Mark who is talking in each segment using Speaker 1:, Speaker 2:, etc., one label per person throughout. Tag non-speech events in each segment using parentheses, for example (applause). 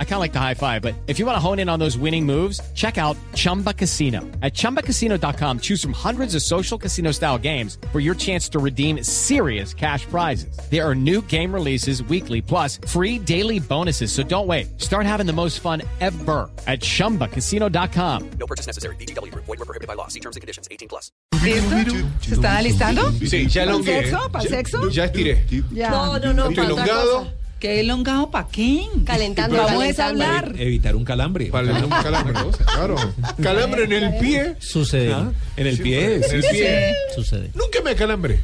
Speaker 1: I kind of like the high five, but if you want to hone in on those winning moves, check out Chumba Casino. At chumbacasino.com, choose from hundreds of social casino style games for your chance to redeem serious cash prizes. There are new game releases weekly, plus free daily bonuses. So don't wait. Start having the most fun ever at chumbacasino.com.
Speaker 2: No purchase necessary. BGW. Void were prohibited by law. See terms and conditions. 18 plus.
Speaker 3: ¿Listo? ¿Se están alistando?
Speaker 4: Sí, ya
Speaker 3: ¿Para el
Speaker 4: elongué.
Speaker 3: sexo? ¿Para el sexo?
Speaker 4: Ya estiré.
Speaker 3: Ya.
Speaker 5: No, no, no,
Speaker 4: Estoy
Speaker 5: para otra
Speaker 4: elongado.
Speaker 5: cosa.
Speaker 3: ¿Qué elongado para qué?
Speaker 5: Calentando,
Speaker 3: Vamos es a
Speaker 5: calentando.
Speaker 3: hablar.
Speaker 6: evitar un calambre.
Speaker 4: Para el un calambre, ¿no? claro. Calambre en el pie.
Speaker 6: Sucede. En el pie.
Speaker 4: Ah, En el pie.
Speaker 6: Sucede.
Speaker 4: Nunca me acalambre.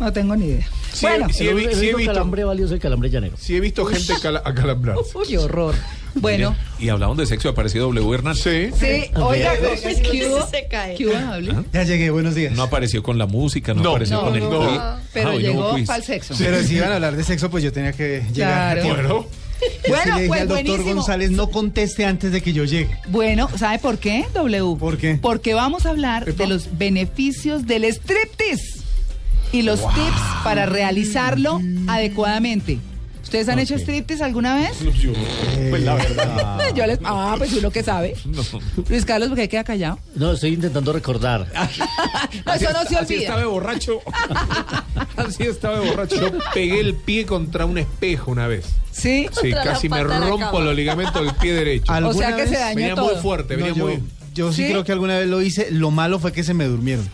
Speaker 3: No tengo ni idea.
Speaker 4: Sí,
Speaker 3: Bueno,
Speaker 4: sí, he, vi- sí he visto,
Speaker 7: calambre valioso el calambre llanero.
Speaker 4: sí he visto gente cala- acalambrarse.
Speaker 3: qué horror. Bueno,
Speaker 6: Y hablamos de sexo, apareció W Hernán.
Speaker 4: Sí.
Speaker 3: sí, oiga, pues ¿qué hubo?
Speaker 5: Se cae.
Speaker 3: ¿Qué hubo, Hable?
Speaker 8: Ya llegué, buenos días.
Speaker 6: No apareció con la música, no,
Speaker 4: No,
Speaker 6: apareció
Speaker 4: no,
Speaker 6: con el
Speaker 4: no.
Speaker 6: quiz.
Speaker 3: Pero
Speaker 6: Ah, hoy no hubo
Speaker 3: llegó
Speaker 6: quiz.
Speaker 3: para el sexo.
Speaker 8: pues. Pero si iban a hablar de sexo, pues yo tenía que llegar.
Speaker 3: Claro.
Speaker 8: a tiempo.
Speaker 4: Bueno,
Speaker 8: Es que
Speaker 3: Bueno,
Speaker 8: le dije
Speaker 3: pues,
Speaker 8: al doctor
Speaker 3: buenísimo.
Speaker 8: González, no conteste antes de que yo llegue.
Speaker 3: Bueno, ¿sabe por qué, W?
Speaker 8: ¿Por qué?
Speaker 3: Porque vamos a hablar de los beneficios del striptease y los tips para realizarlo adecuadamente. ¿Ustedes han hecho striptease alguna vez?
Speaker 4: pues
Speaker 8: Eh,
Speaker 4: la verdad.
Speaker 3: Yo les... Ah, pues uno que
Speaker 4: (laughs)
Speaker 3: sabe. Luis Carlos, ¿por qué queda callado?
Speaker 7: No, estoy intentando recordar.
Speaker 4: Ah,
Speaker 3: No, eso no se
Speaker 6: Así
Speaker 3: olvida.
Speaker 6: estaba de borracho.
Speaker 4: Así estaba de borracho. Yo pegué el pie contra un espejo una vez.
Speaker 3: Sí.
Speaker 4: Sí,
Speaker 5: Contra la
Speaker 4: casi me
Speaker 5: pata de la
Speaker 4: rompo
Speaker 5: cama.
Speaker 4: los ligamentos del pie derecho.
Speaker 8: Al-
Speaker 3: O sea
Speaker 8: ¿Alguna
Speaker 3: que se
Speaker 8: vez?
Speaker 3: dañó
Speaker 4: Venía
Speaker 3: todo.
Speaker 4: muy fuerte,
Speaker 8: No,
Speaker 4: venía
Speaker 8: yo,
Speaker 4: muy...
Speaker 8: yo sí
Speaker 3: ¿Sí?
Speaker 8: creo que alguna vez lo hice. Lo malo fue que se
Speaker 4: (laughs)
Speaker 8: me durmieron.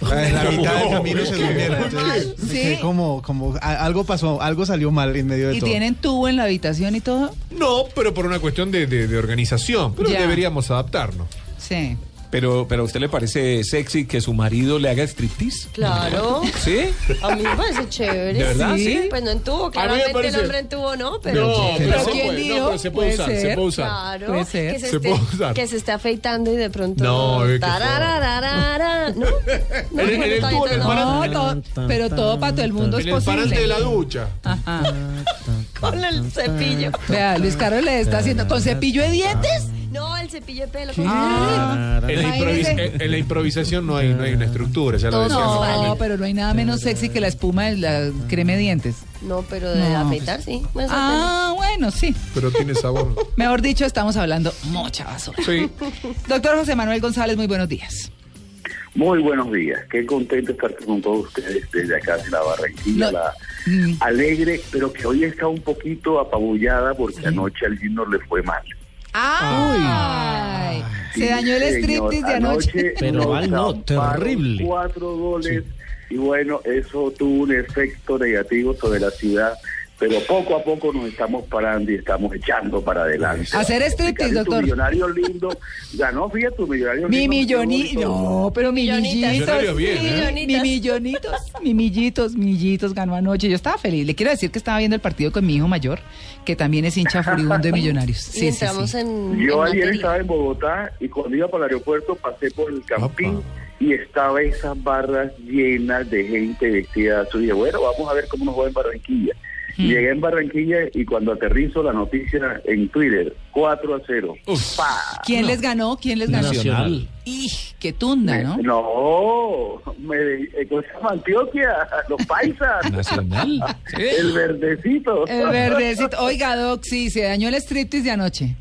Speaker 8: En la mitad del camino se durmieron. Entonces,
Speaker 3: Sí.
Speaker 8: me quedé como, como a- algo pasó, algo salió mal en medio de
Speaker 3: ¿Y
Speaker 8: todo.
Speaker 3: tienen tubo en la habitación y todo?
Speaker 4: No, pero por una cuestión de, de- de organización. Pero
Speaker 3: Ya.
Speaker 4: deberíamos adaptarnos.
Speaker 3: Sí.
Speaker 6: Pero, pero a usted le parece sexy que su marido le haga striptease?
Speaker 5: Claro.
Speaker 6: ¿Sí?
Speaker 5: A mí me parece chévere.
Speaker 6: ¿De verdad? Sí.
Speaker 5: Pues no en tubo, claramente el hombre en tubo no, pero.
Speaker 4: No, pero,
Speaker 3: Pero
Speaker 4: se,
Speaker 3: ¿quién
Speaker 4: puede, no,
Speaker 3: dijo?
Speaker 4: pero se puede,
Speaker 3: Puede
Speaker 4: usar,
Speaker 3: ser.
Speaker 4: se puede usar.
Speaker 5: Claro,
Speaker 3: Puede ser.
Speaker 5: Que, se
Speaker 4: Se
Speaker 5: esté,
Speaker 4: puede usar.
Speaker 5: que se esté afeitando y de pronto.
Speaker 4: No, es que-
Speaker 5: Tararararara. No, no,
Speaker 4: En el- en el
Speaker 5: ahorita
Speaker 4: tubo, en el
Speaker 5: no.
Speaker 4: parante.
Speaker 3: No, todo- pero todo para todo el mundo es
Speaker 4: En el parante de
Speaker 3: posible. Ah,
Speaker 4: la ducha.
Speaker 3: Ajá.
Speaker 5: Con el cepillo.
Speaker 3: Vea, Luis Carlos le está haciendo con cepillo de dientes.
Speaker 5: No, el cepillo de pelo.
Speaker 4: En la, improvis-
Speaker 3: Imagínese.
Speaker 4: en- en la improvisación no hay, no hay una estructura, Pues ya lo
Speaker 5: No,
Speaker 4: decía.
Speaker 3: No,
Speaker 5: Vale.
Speaker 3: pero no hay nada menos sexy que la espuma de la crema de dientes.
Speaker 5: No, pero de
Speaker 3: No.
Speaker 5: afeitar sí. Pues,
Speaker 3: Ah, bueno, sí.
Speaker 4: Pero tiene sabor.
Speaker 3: Mejor dicho, estamos hablando mucha basura.
Speaker 4: Sí.
Speaker 3: Doctor José Manuel González, muy buenos días.
Speaker 9: Muy buenos días, qué contento estar con todos ustedes desde acá de la Barranquilla,
Speaker 3: No.
Speaker 9: la
Speaker 3: Mm.
Speaker 9: alegre, pero que hoy está un poquito apabullada porque anoche al no le fue mal.
Speaker 3: ¡Ay!
Speaker 9: Sí,
Speaker 3: Se dañó el
Speaker 9: señor,
Speaker 3: striptease de (laughs) anoche.
Speaker 7: Pero
Speaker 9: nos
Speaker 7: mal no,
Speaker 9: zamparon
Speaker 7: terrible.
Speaker 9: Cuatro goles y bueno, eso tuvo un efecto negativo sobre la ciudad, pero poco a poco nos estamos parando y estamos echando para adelante.
Speaker 3: Hacer striptease,
Speaker 9: Ricardo, y tu
Speaker 3: doctor.
Speaker 9: millonario lindo ganó, fíjate, tu millonario
Speaker 3: Mi
Speaker 9: lindo.
Speaker 3: millonito. No, pero mi
Speaker 5: Millonitas.
Speaker 3: millitos.
Speaker 4: Millonario bien,
Speaker 5: ¿eh?
Speaker 3: mi- Mi millonitos. Mi millitos, millitos ganó anoche. Yo estaba feliz. Le quiero decir que estaba viendo el partido con mi hijo mayor, que también es hincha furibundo
Speaker 5: (laughs)
Speaker 3: de Millonarios.
Speaker 5: y
Speaker 3: Sí, sí,
Speaker 5: entramos
Speaker 3: sí.
Speaker 5: en.
Speaker 9: Yo
Speaker 5: en
Speaker 9: ayer
Speaker 5: materia.
Speaker 9: estaba en Bogotá y cuando iba para el aeropuerto pasé por el Campín y estaba esas barras llenas de gente vestida de azul. Y dije, bueno, vamos a ver cómo nos va en Barranquilla. Llegué en Barranquilla y cuando aterrizo la noticia en Twitter, 4 a 0. ¡Pa!
Speaker 3: ¿Quién les ganó? ¿Quién les ganó?
Speaker 7: Nacional.
Speaker 3: ¡Ij! ¡Qué tunda, no!
Speaker 9: No, me, eh, ¿cómo se llama? Antioquia,
Speaker 4: (laughs)
Speaker 9: los paisas,
Speaker 6: Nacional.
Speaker 9: el verdecito.
Speaker 3: El verdecito. Oiga, Doc, sí, se dañó el striptease de anoche.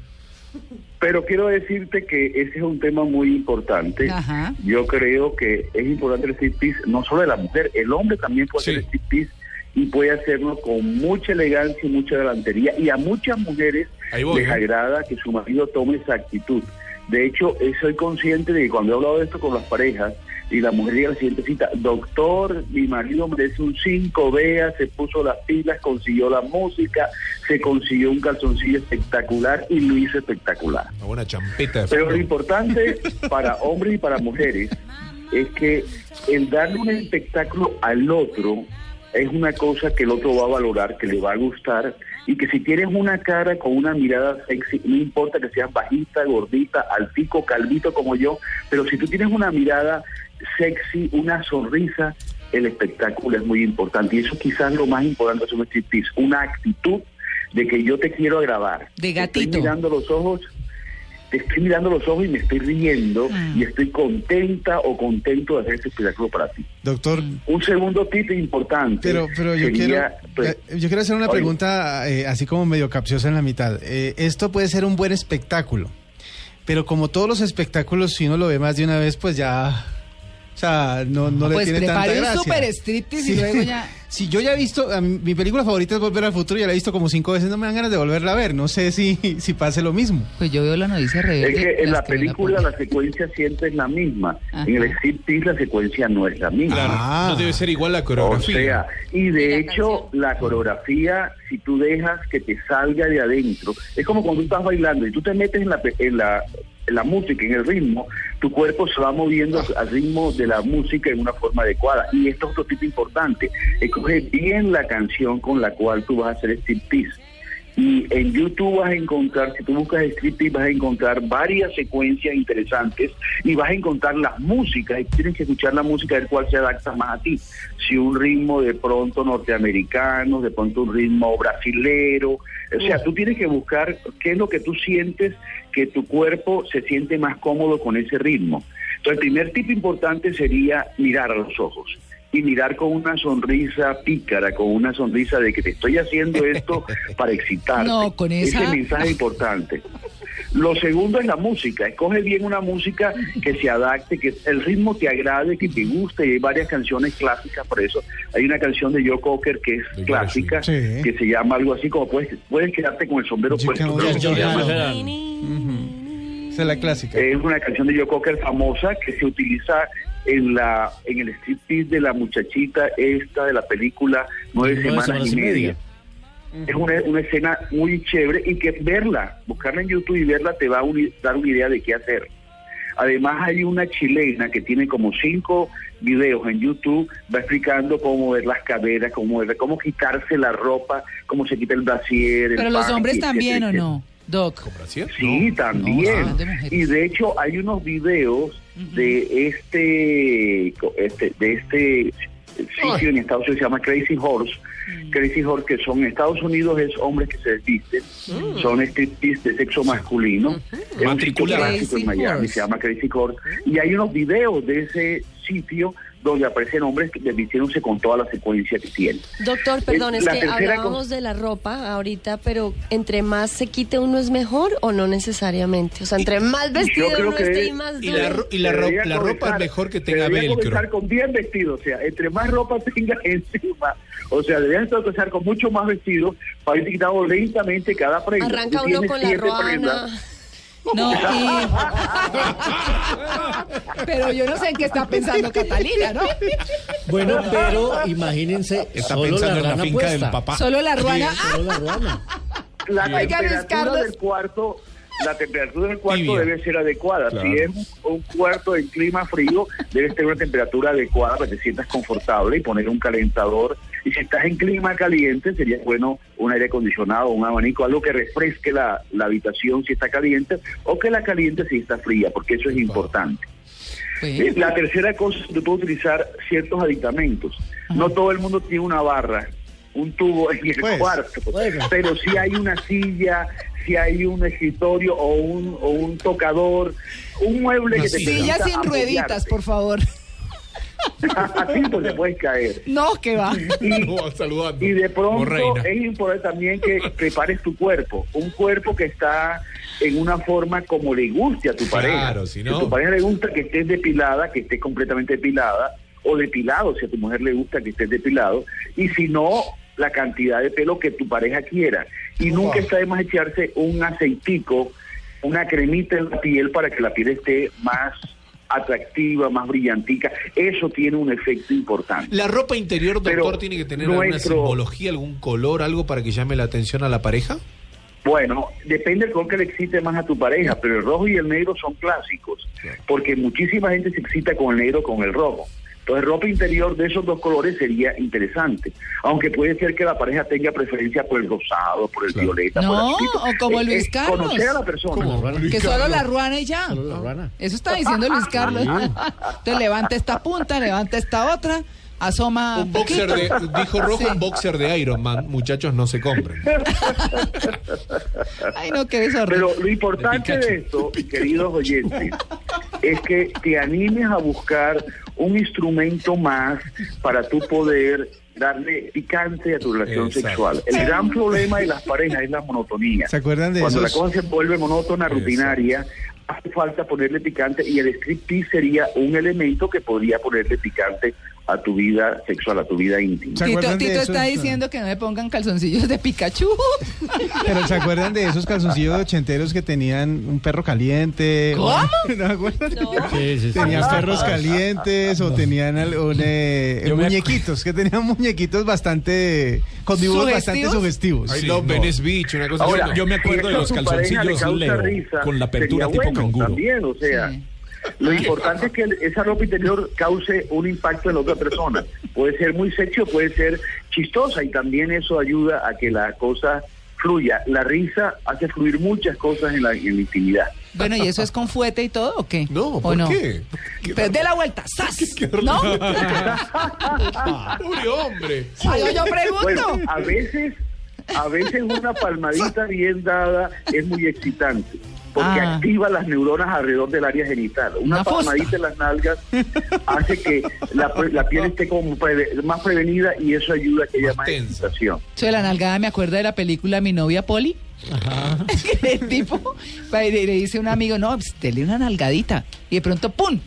Speaker 9: Pero quiero decirte que ese es un tema muy importante.
Speaker 3: Ajá.
Speaker 9: Yo creo que es importante el striptease, no solo de la mujer, el hombre también puede
Speaker 4: Sí.
Speaker 9: hacer striptease y puede hacerlo con mucha elegancia y mucha galantería. Y a muchas mujeres
Speaker 4: Ahí voy,
Speaker 9: les
Speaker 4: ¿eh?
Speaker 9: agrada que su marido tome esa actitud. De hecho, eh, soy consciente de que cuando he hablado de esto con las parejas y la mujer llega a la siguiente cita, doctor, mi marido merece un 5, vea, se puso las pilas, consiguió la música, se consiguió un calzoncillo espectacular y lo hizo espectacular.
Speaker 4: Ah, Una buena champeta de
Speaker 9: Pero lo
Speaker 4: fondo.
Speaker 9: importante para hombres y para mujeres es que el darle un espectáculo al otro es una cosa que el otro va a valorar, que le va a gustar y que si tienes una cara con una mirada sexy, no importa que seas bajita, gordita, altico, calvito como yo, pero si tú tienes una mirada sexy, una sonrisa, el espectáculo es muy importante y eso quizás lo más importante es un striptease, una actitud de que yo te quiero grabar.
Speaker 3: De
Speaker 9: Te estoy
Speaker 3: gatito.
Speaker 9: mirando los ojos te estoy mirando los ojos y me estoy riendo
Speaker 8: Ah.
Speaker 9: y estoy contenta o contento de hacer este espectáculo para ti.
Speaker 8: Doctor,
Speaker 9: Un segundo tip importante.
Speaker 8: pero, pero yo, quiero,
Speaker 9: Eh, sería, pues,
Speaker 8: eh, yo quiero hacer una
Speaker 9: oye,
Speaker 8: pregunta eh, así como medio capciosa en la mitad. Eh, esto puede ser un buen espectáculo, pero como todos los espectáculos, si uno lo ve más de una vez, pues ya... O sea, no, no le
Speaker 3: Pues
Speaker 8: tiene tanta
Speaker 3: prepare
Speaker 8: gracia.
Speaker 3: un super striptease y luego ya.
Speaker 8: (laughs) Si yo ya he visto, a mí- mi película favorita es Volver al Futuro, ya la he visto como cinco veces, no me dan ganas de volverla a ver, no sé si, si pase lo mismo.
Speaker 3: Pues yo veo la noticia rebelde.
Speaker 9: Es que en la
Speaker 3: las que me
Speaker 9: película
Speaker 3: ponen.
Speaker 9: la secuencia siempre es la misma.
Speaker 3: Ajá.
Speaker 9: En el striptease la secuencia no es la misma.
Speaker 4: Claro,
Speaker 8: Ah.
Speaker 4: no debe ser igual la
Speaker 9: O
Speaker 4: coreografía.
Speaker 9: sea, y de
Speaker 5: Y la
Speaker 9: hecho la coreografía, si tú dejas que te salga de adentro, es como cuando tú estás bailando y tú te metes en la, pe- en la, en la música, en el ritmo, tu cuerpo se va moviendo al ritmo de la música en una forma adecuada. Y esto es otro tipo importante, escoge bien la canción con la cual tú vas a hacer striptease. Y en YouTube vas a encontrar, si tú buscas striptease, vas a encontrar varias secuencias interesantes y vas a encontrar las músicas y tienes que escuchar la música del cual se adapta más a ti. Si un ritmo de pronto norteamericano, de pronto un ritmo brasilero. O sea, tú tienes que buscar qué es lo que tú sientes que tu cuerpo se siente más cómodo con ese ritmo. Entonces, el primer tip importante sería mirar a los ojos y mirar con una sonrisa pícara, con una sonrisa de que te estoy haciendo
Speaker 3: (laughs)
Speaker 9: esto para excitarte.
Speaker 3: No, con
Speaker 9: Ese
Speaker 3: esa-
Speaker 9: mensaje importante. Lo segundo es la música. Escoge bien una música que se adapte, que el ritmo te agrade, que te guste. Y hay varias canciones clásicas por eso. Hay una canción de Joe Cocker que es clásica,
Speaker 8: Sí.
Speaker 9: que se llama algo así como puedes, puedes quedarte con el sombrero
Speaker 8: You
Speaker 9: puesto.
Speaker 8: can
Speaker 9: creo
Speaker 8: always
Speaker 9: que se
Speaker 8: get
Speaker 9: llama.
Speaker 8: out. Esa es la clásica.
Speaker 9: Es una canción de Joe Cocker famosa que se utiliza en la en el striptease de la muchachita esta de la película Nueve, semanas, y media. Es una, una escena muy chévere y que verla, buscarla en YouTube y verla te va a uni- dar una idea de qué hacer. Además hay una chilena que tiene como cinco videos en YouTube, va explicando cómo ver las caderas, cómo, ver- cómo quitarse la ropa, cómo se quita el brasier. el
Speaker 3: Pero los
Speaker 9: panty,
Speaker 3: hombres
Speaker 9: etcétera,
Speaker 3: también, ¿o
Speaker 9: etcétera.
Speaker 3: no? Doc.
Speaker 9: Sí, también.
Speaker 3: no, de mujeres.
Speaker 9: y de hecho hay unos videos de este, co- este- de este sitio en Estados Unidos se llama Crazy Horse.
Speaker 3: Mm.
Speaker 9: Crazy Horse que son en Estados Unidos es hombres que se desvisten,
Speaker 3: Mm.
Speaker 9: son striptease de sexo masculino. Es un sitio
Speaker 4: Matricular.
Speaker 9: clásico en
Speaker 3: Crazy
Speaker 9: Miami,
Speaker 3: Horse. Mm.
Speaker 9: se llama Crazy Horse. Y hay unos videos de ese sitio donde aparecen hombres que desvistiéndose con toda la secuencia que tienen.
Speaker 5: Doctor, perdón,
Speaker 9: Eh,
Speaker 5: es
Speaker 9: la
Speaker 5: que
Speaker 9: tercera
Speaker 5: hablábamos de la ropa ahorita, pero entre más se quite uno es mejor o no necesariamente. O sea, entre más vestido
Speaker 9: creo
Speaker 5: uno
Speaker 9: que-
Speaker 5: esté y más
Speaker 4: y la
Speaker 5: duro.
Speaker 4: ro- y la, ro-
Speaker 9: Debería
Speaker 4: la ropa es
Speaker 9: comenzar-
Speaker 4: mejor que tenga
Speaker 9: debería
Speaker 4: velcro.
Speaker 9: comenzar con bien vestido, o sea, entre más ropa (laughs) tengas encima, o sea, deberías empezar con mucho más vestido para ir quitando lentamente cada prenda.
Speaker 5: Arranca
Speaker 9: Tú
Speaker 5: uno
Speaker 9: tienes
Speaker 5: con la
Speaker 9: siete
Speaker 5: ruana.
Speaker 9: prendas.
Speaker 3: No, y... Pero yo no sé en qué está pensando Catalina, ¿no?
Speaker 7: Bueno, pero imagínense,
Speaker 4: Está
Speaker 7: solo la
Speaker 4: pensando en la
Speaker 7: rana
Speaker 4: finca del
Speaker 7: puesta.
Speaker 4: papá.
Speaker 3: Solo la ruana. Ah,
Speaker 7: Solo la ruana.
Speaker 9: La
Speaker 3: Bien. Oiga, Luis
Speaker 9: temperatura
Speaker 3: Carlos.
Speaker 9: del cuarto, la temperatura del cuarto
Speaker 4: Tibia.
Speaker 9: debe ser adecuada.
Speaker 4: Claro.
Speaker 9: Si es un- un cuarto en clima frío, debes tener una temperatura adecuada para que te sientas confortable y poner un calentador. Y si estás en clima caliente, sería bueno un aire acondicionado, un abanico, algo que refresque la, la habitación si está caliente o que la caliente si está fría, porque eso es importante. Eh, La tercera cosa es que puedo utilizar ciertos aditamentos. No todo el mundo tiene una barra, un tubo en el
Speaker 8: Pues,
Speaker 9: cuarto,
Speaker 7: bueno.
Speaker 9: pero si hay una silla, si hay un escritorio o un, o un tocador, un mueble que te
Speaker 3: Sillas
Speaker 9: permita
Speaker 3: sin rueditas, por favor.
Speaker 9: apoyarte. (laughs) Así porque puedes caer.
Speaker 3: No, que va.
Speaker 4: No, (laughs) saludando.
Speaker 9: Y de
Speaker 4: Como
Speaker 9: pronto
Speaker 4: reina.
Speaker 9: es importante
Speaker 4: (laughs)
Speaker 9: también que prepares tu cuerpo, un cuerpo que está en una forma como le guste a tu
Speaker 4: Claro,
Speaker 9: pareja.
Speaker 4: si no-
Speaker 9: Si a tu pareja le gusta que estés depilada, que estés completamente depilada, o depilado, si a tu mujer le gusta que estés depilado, y si no, la cantidad de pelo que tu pareja quiera. Y nunca está de más echarse un aceitico, una cremita en la piel para que la piel esté más atractiva, más brillantica. Eso tiene un efecto importante.
Speaker 4: La ropa interior, doctor,
Speaker 9: Pero
Speaker 4: tiene que tener alguna
Speaker 9: nuestro-
Speaker 4: simbología, algún color, algo para que llame la atención a la pareja.
Speaker 9: Bueno, depende del color que le excite más a tu pareja, pero el rojo y el negro son clásicos, porque muchísima gente se excita con el negro con el rojo. Entonces, ropa interior de esos dos colores sería interesante, aunque puede ser que la pareja tenga preferencia por el rosado, por el violeta. por
Speaker 3: No,
Speaker 9: el azulito.
Speaker 3: o como
Speaker 9: Es-
Speaker 3: Luis
Speaker 9: es
Speaker 3: Carlos.
Speaker 9: Conocer a la persona.
Speaker 7: Solo la ruana.
Speaker 3: Que solo la ruana y ya.
Speaker 7: Solo la ruana.
Speaker 3: Eso está diciendo Luis Carlos. Entonces levanta esta punta, levanta esta otra. asoma
Speaker 4: Un boxer de,
Speaker 3: Ah, poquito.
Speaker 4: dijo Rojo,
Speaker 3: Sí.
Speaker 4: un boxer de Iron Man. Muchachos, no se compren.
Speaker 3: Ay, no, qué desorden.
Speaker 9: Pero lo importante de esto, queridos oyentes, es que te animes a buscar un instrumento más para tu poder darle picante a tu relación
Speaker 4: Exacto.
Speaker 9: sexual. El gran problema de las parejas es la monotonía.
Speaker 8: ¿Se acuerdan de
Speaker 9: Cuando
Speaker 8: esos?
Speaker 9: la cosa se vuelve monótona, rutinaria, hace falta ponerle picante y el striptease sería un elemento que podría ponerle picante a tu vida sexual, a tu vida íntima.
Speaker 8: ¿Se
Speaker 3: Tito,
Speaker 8: acuerdan de
Speaker 3: Tito
Speaker 8: esos,
Speaker 3: está
Speaker 8: ah?
Speaker 3: diciendo que no le pongan calzoncillos de Pikachu. (laughs)
Speaker 8: Pero ¿se acuerdan de esos calzoncillos de ochenteros que tenían un perro caliente?
Speaker 3: ¿Cómo?
Speaker 8: (laughs) ¿No acuerdan?
Speaker 7: Sí, sí, sí.
Speaker 8: Tenían perros calientes o tenían al- un, eh,
Speaker 6: Yo me acu-
Speaker 8: muñequitos, que tenían muñequitos bastante, con dibujos bastante sugestivos.
Speaker 4: I
Speaker 6: Sí,
Speaker 4: love
Speaker 6: no.
Speaker 4: Venice Beach, una cosa
Speaker 9: Ahora,
Speaker 4: así.
Speaker 6: yo- yo me acuerdo
Speaker 9: si
Speaker 6: de los
Speaker 9: esto a tu pareja le
Speaker 6: calzoncillos
Speaker 9: causa
Speaker 6: Leo,
Speaker 9: risa,
Speaker 6: con la apertura
Speaker 9: sería
Speaker 6: tipo
Speaker 9: bueno
Speaker 6: canguro.
Speaker 9: También, o sea,
Speaker 3: Sí.
Speaker 9: lo importante es que el- esa ropa interior cause un impacto en la otra persona. Puede ser muy sexy o puede ser chistosa y también eso ayuda a que la cosa fluya. La risa hace fluir muchas cosas en la, en la intimidad.
Speaker 3: Bueno, ¿y eso es con fuete y todo o qué?
Speaker 4: No,
Speaker 3: ¿O
Speaker 4: ¿por
Speaker 3: no?
Speaker 4: qué?
Speaker 3: Pero dé la vuelta, ¡zas! ¿No?
Speaker 4: Pobre hombre.
Speaker 3: Ay, yo- yo pregunto.
Speaker 9: Bueno, a veces, a veces una palmadita bien dada es muy excitante. Porque
Speaker 3: Ah.
Speaker 9: activa las neuronas alrededor del área genital. Una
Speaker 3: Una fosta.
Speaker 9: palmadita en las nalgas hace que la, pre- la piel esté como preve- más prevenida y eso ayuda a que haya
Speaker 4: Más
Speaker 9: más
Speaker 4: tensa.
Speaker 9: excitación.
Speaker 3: Eso de la nalgada me acuerda de la película Mi novia Poli. (laughs) Que el tipo va y le le dice a un amigo, no, pues, dele una nalgadita. Y de pronto, ¡pum!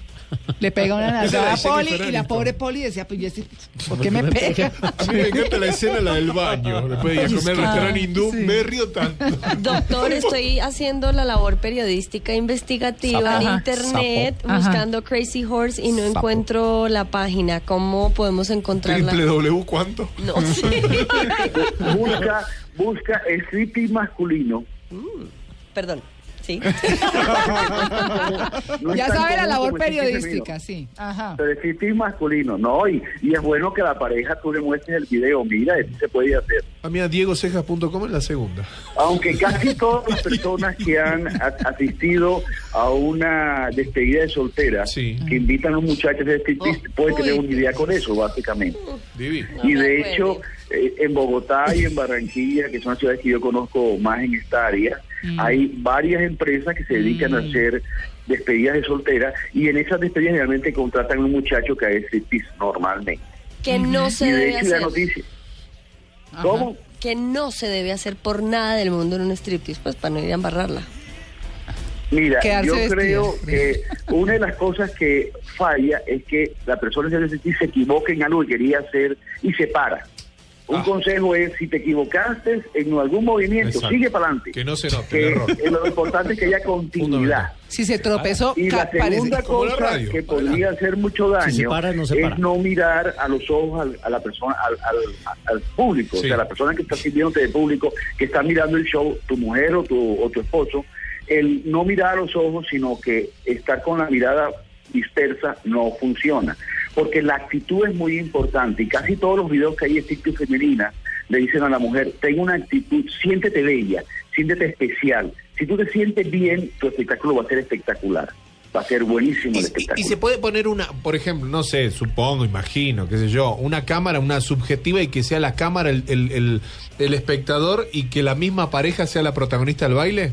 Speaker 3: Le pega una nalgada a
Speaker 4: Esa es
Speaker 3: Poli
Speaker 4: Jennifer
Speaker 3: y la
Speaker 4: Aniston.
Speaker 3: pobre Poli decía, pues yo este- ¿por qué me pega?
Speaker 4: A mí me encanta la escena, la del baño. Después de ir a comer al restaurante hindú, me río tanto.
Speaker 5: Doctor, estoy haciendo la labor periodística investigativa en
Speaker 3: Ajá.
Speaker 5: internet
Speaker 3: Sapo.
Speaker 5: buscando Crazy Horse y no
Speaker 6: Sapo.
Speaker 5: encuentro la página. ¿Cómo podemos encontrarla?
Speaker 4: Triple W, ¿cuánto?
Speaker 5: No sé. (laughs)
Speaker 9: Busca, busca el stripping masculino.
Speaker 5: Perdón. Sí.
Speaker 9: No es
Speaker 3: (laughs) Ya
Speaker 9: tan
Speaker 3: sabe la labor
Speaker 9: común como el stripping femenino.
Speaker 3: periodística, sí. Ajá.
Speaker 9: Pero el stripping masculino, no, y, y es bueno que la pareja tú le muestres el video, mira, esto se puede hacer.
Speaker 4: A mí a diegocejas.com es la segunda.
Speaker 9: Aunque casi todas las personas que han a- asistido a una despedida de soltera,
Speaker 4: Sí.
Speaker 9: que invitan a un muchacho de striptease, puede tener una idea con eso, básicamente.
Speaker 4: Divino.
Speaker 5: Oh,
Speaker 9: Y
Speaker 5: No me
Speaker 9: de
Speaker 5: acuerdo.
Speaker 9: hecho, eh, en Bogotá y en Barranquilla, que son las ciudades que yo conozco más en esta área, hay varias empresas que se dedican a hacer despedidas de soltera y en esas despedidas generalmente contratan a un muchacho que hace striptease normalmente.
Speaker 5: Que no se
Speaker 9: y de
Speaker 5: debe
Speaker 9: hecho, la
Speaker 5: hacer.
Speaker 9: noticia. ¿Cómo?
Speaker 5: Que no se debe hacer por nada del mundo en un striptease, pues para no ir a embarrarla.
Speaker 9: Mira,
Speaker 3: Quedarse
Speaker 9: yo
Speaker 3: vestido.
Speaker 9: creo que una de las cosas que falla es que la persona se, se equivoca en algo que quería hacer y se para. Un
Speaker 4: Ah.
Speaker 9: consejo es, si te equivocaste en algún movimiento,
Speaker 4: Exacto.
Speaker 9: sigue para adelante.
Speaker 4: Que no se note el
Speaker 9: Que
Speaker 4: error.
Speaker 9: eh, (laughs) lo importante es que haya continuidad.
Speaker 3: Si se tropezó,
Speaker 9: Y la
Speaker 3: ca- parece.
Speaker 9: segunda
Speaker 4: Como la
Speaker 9: cosa
Speaker 4: radio.
Speaker 9: que podría hacer mucho daño
Speaker 7: Si se para, no se
Speaker 9: es
Speaker 7: para.
Speaker 9: no mirar a los ojos al- a la persona, al, al- al público,
Speaker 4: Sí.
Speaker 9: o sea, la persona que está sirviéndote de público, que está mirando el show, tu mujer o tu, o tu esposo, el no mirar a los ojos, sino que estar con la mirada dispersa no funciona. Porque la actitud es muy importante y casi todos los videos que hay de actitud femenina le dicen a la mujer, ten una actitud, siéntete bella, siéntete especial. Si tú te sientes bien, tu espectáculo va a ser espectacular. Va a ser buenísimo
Speaker 4: Y,
Speaker 9: el
Speaker 4: y-
Speaker 9: espectáculo.
Speaker 4: y se puede poner una, por ejemplo, no sé, supongo, imagino, qué sé yo, una cámara, una subjetiva y que sea la cámara el, el- el- el espectador y que la misma pareja sea la protagonista del baile.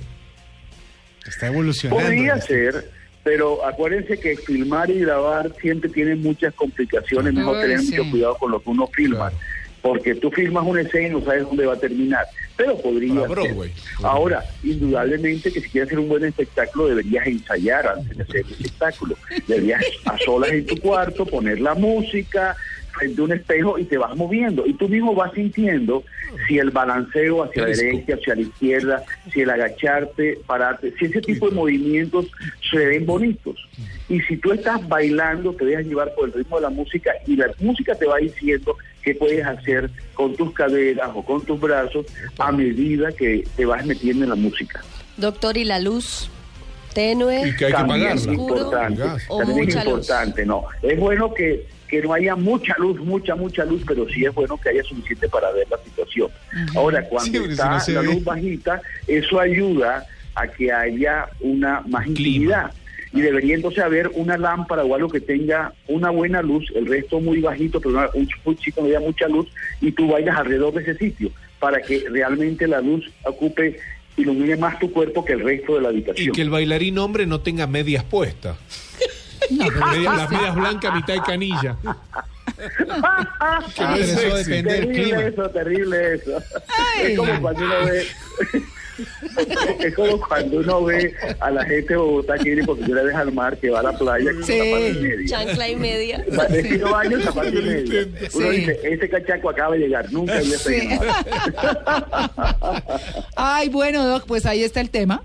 Speaker 8: Está evolucionando.
Speaker 9: Podría ser, pero acuérdense que filmar y grabar siempre tiene muchas complicaciones, mejor
Speaker 3: Ay,
Speaker 9: tener
Speaker 3: sí.
Speaker 9: mucho cuidado con lo que uno filma. Porque tú filmas una escena y no sabes dónde va a terminar, pero podría
Speaker 4: Para Broadway.
Speaker 9: ser. Ahora, indudablemente que si quieres hacer un buen espectáculo deberías ensayar antes de hacer el espectáculo. Deberías a solas en tu cuarto poner la música frente a un espejo y te vas moviendo y tú mismo vas sintiendo si el balanceo hacia la
Speaker 4: Disco.
Speaker 9: derecha, hacia la izquierda, si el agacharte, pararte, si ese tipo de movimientos se ven bonitos. Y si tú estás bailando, te dejas llevar por el ritmo de la música y la música te va diciendo qué puedes hacer con tus caderas o con tus brazos a medida que te vas metiendo en la música.
Speaker 5: Doctor, ¿y la luz? Tenue.
Speaker 4: Y que hay que
Speaker 9: También
Speaker 4: pagarla.
Speaker 9: es importante,
Speaker 5: Oscuro o
Speaker 9: también es
Speaker 5: mucha luz.
Speaker 9: importante, no. Es bueno que, que no haya mucha luz, mucha, mucha luz, pero sí es bueno que haya suficiente para ver la situación. Ahora,
Speaker 8: Sí,
Speaker 9: cuando
Speaker 8: porque si
Speaker 9: está
Speaker 8: no se
Speaker 9: la
Speaker 8: ve.
Speaker 9: luz bajita, eso ayuda a que haya una más
Speaker 4: Clima.
Speaker 9: intimidad. y debiéndose haber una lámpara o algo que tenga una buena luz, el resto muy bajito, pero una- un ch- un chico no haya mucha luz, y tú bailas alrededor de ese sitio para que realmente la luz ocupe, ilumine más tu cuerpo que el resto de la
Speaker 4: Y
Speaker 9: habitación.
Speaker 4: que el bailarín hombre no tenga medias puestas. Media- las medias blancas, mitad de canilla.
Speaker 8: Ah, pero eso
Speaker 4: sexy.
Speaker 8: depende del clima.
Speaker 9: Terrible eso, terrible eso. Es como cuando uno ve. (laughs) Es como cuando uno ve a la gente de Bogotá que viene por primera vez al mar, que va a la playa con
Speaker 3: Sí.
Speaker 9: una pata y media.
Speaker 5: Chancla y media.
Speaker 9: Va de cinco
Speaker 8: (laughs)
Speaker 9: años, zapato y media. Uno
Speaker 3: Sí.
Speaker 9: dice, ese cachaco acaba de llegar, nunca había
Speaker 3: Sí.
Speaker 9: peinado.
Speaker 3: Ay, bueno, Doc, pues ahí está el tema.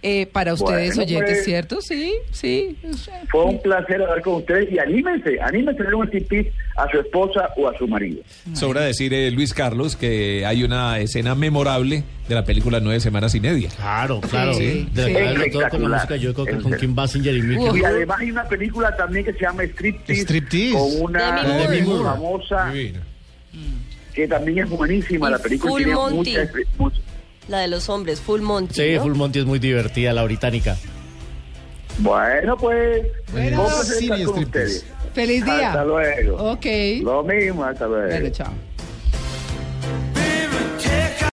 Speaker 3: Eh, para ustedes
Speaker 9: Bueno,
Speaker 3: oyentes,
Speaker 9: pues.
Speaker 3: ¿cierto? Sí, sí.
Speaker 9: (laughs) Fue un placer hablar con ustedes y anímense, anímense a tener un tip a su esposa o a su marido.
Speaker 6: Sobra decir, eh, Luis Carlos, que hay una escena memorable de la película Nueve Semanas y Media.
Speaker 7: Claro, claro.
Speaker 3: Sí,
Speaker 7: de la
Speaker 3: sí.
Speaker 7: que hablan todos con la
Speaker 9: Espectacular.
Speaker 7: música yo creo que con
Speaker 9: Espectacular.
Speaker 7: Kim Basinger y Mickey.
Speaker 3: Ujú.
Speaker 9: Y además hay una película también que se llama Striptease,
Speaker 8: Striptease.
Speaker 9: con una
Speaker 5: Demi Moore.
Speaker 8: Demi Moore.
Speaker 9: famosa
Speaker 4: Divino.
Speaker 9: que también es buenísima.
Speaker 5: Y
Speaker 9: La película
Speaker 5: Full
Speaker 9: tiene
Speaker 5: Monty.
Speaker 9: muchas. muchas-
Speaker 5: La de los hombres, Full Monty.
Speaker 7: Sí,
Speaker 5: ¿no?
Speaker 7: Full Monty es muy divertida, la británica.
Speaker 9: Bueno, pues.
Speaker 8: Bueno,
Speaker 9: un placer
Speaker 8: cine
Speaker 9: estar con
Speaker 8: striptease.
Speaker 9: ustedes.
Speaker 3: Feliz día.
Speaker 9: Hasta luego.
Speaker 3: Ok.
Speaker 9: Lo mismo, hasta luego.
Speaker 3: Bueno, chao.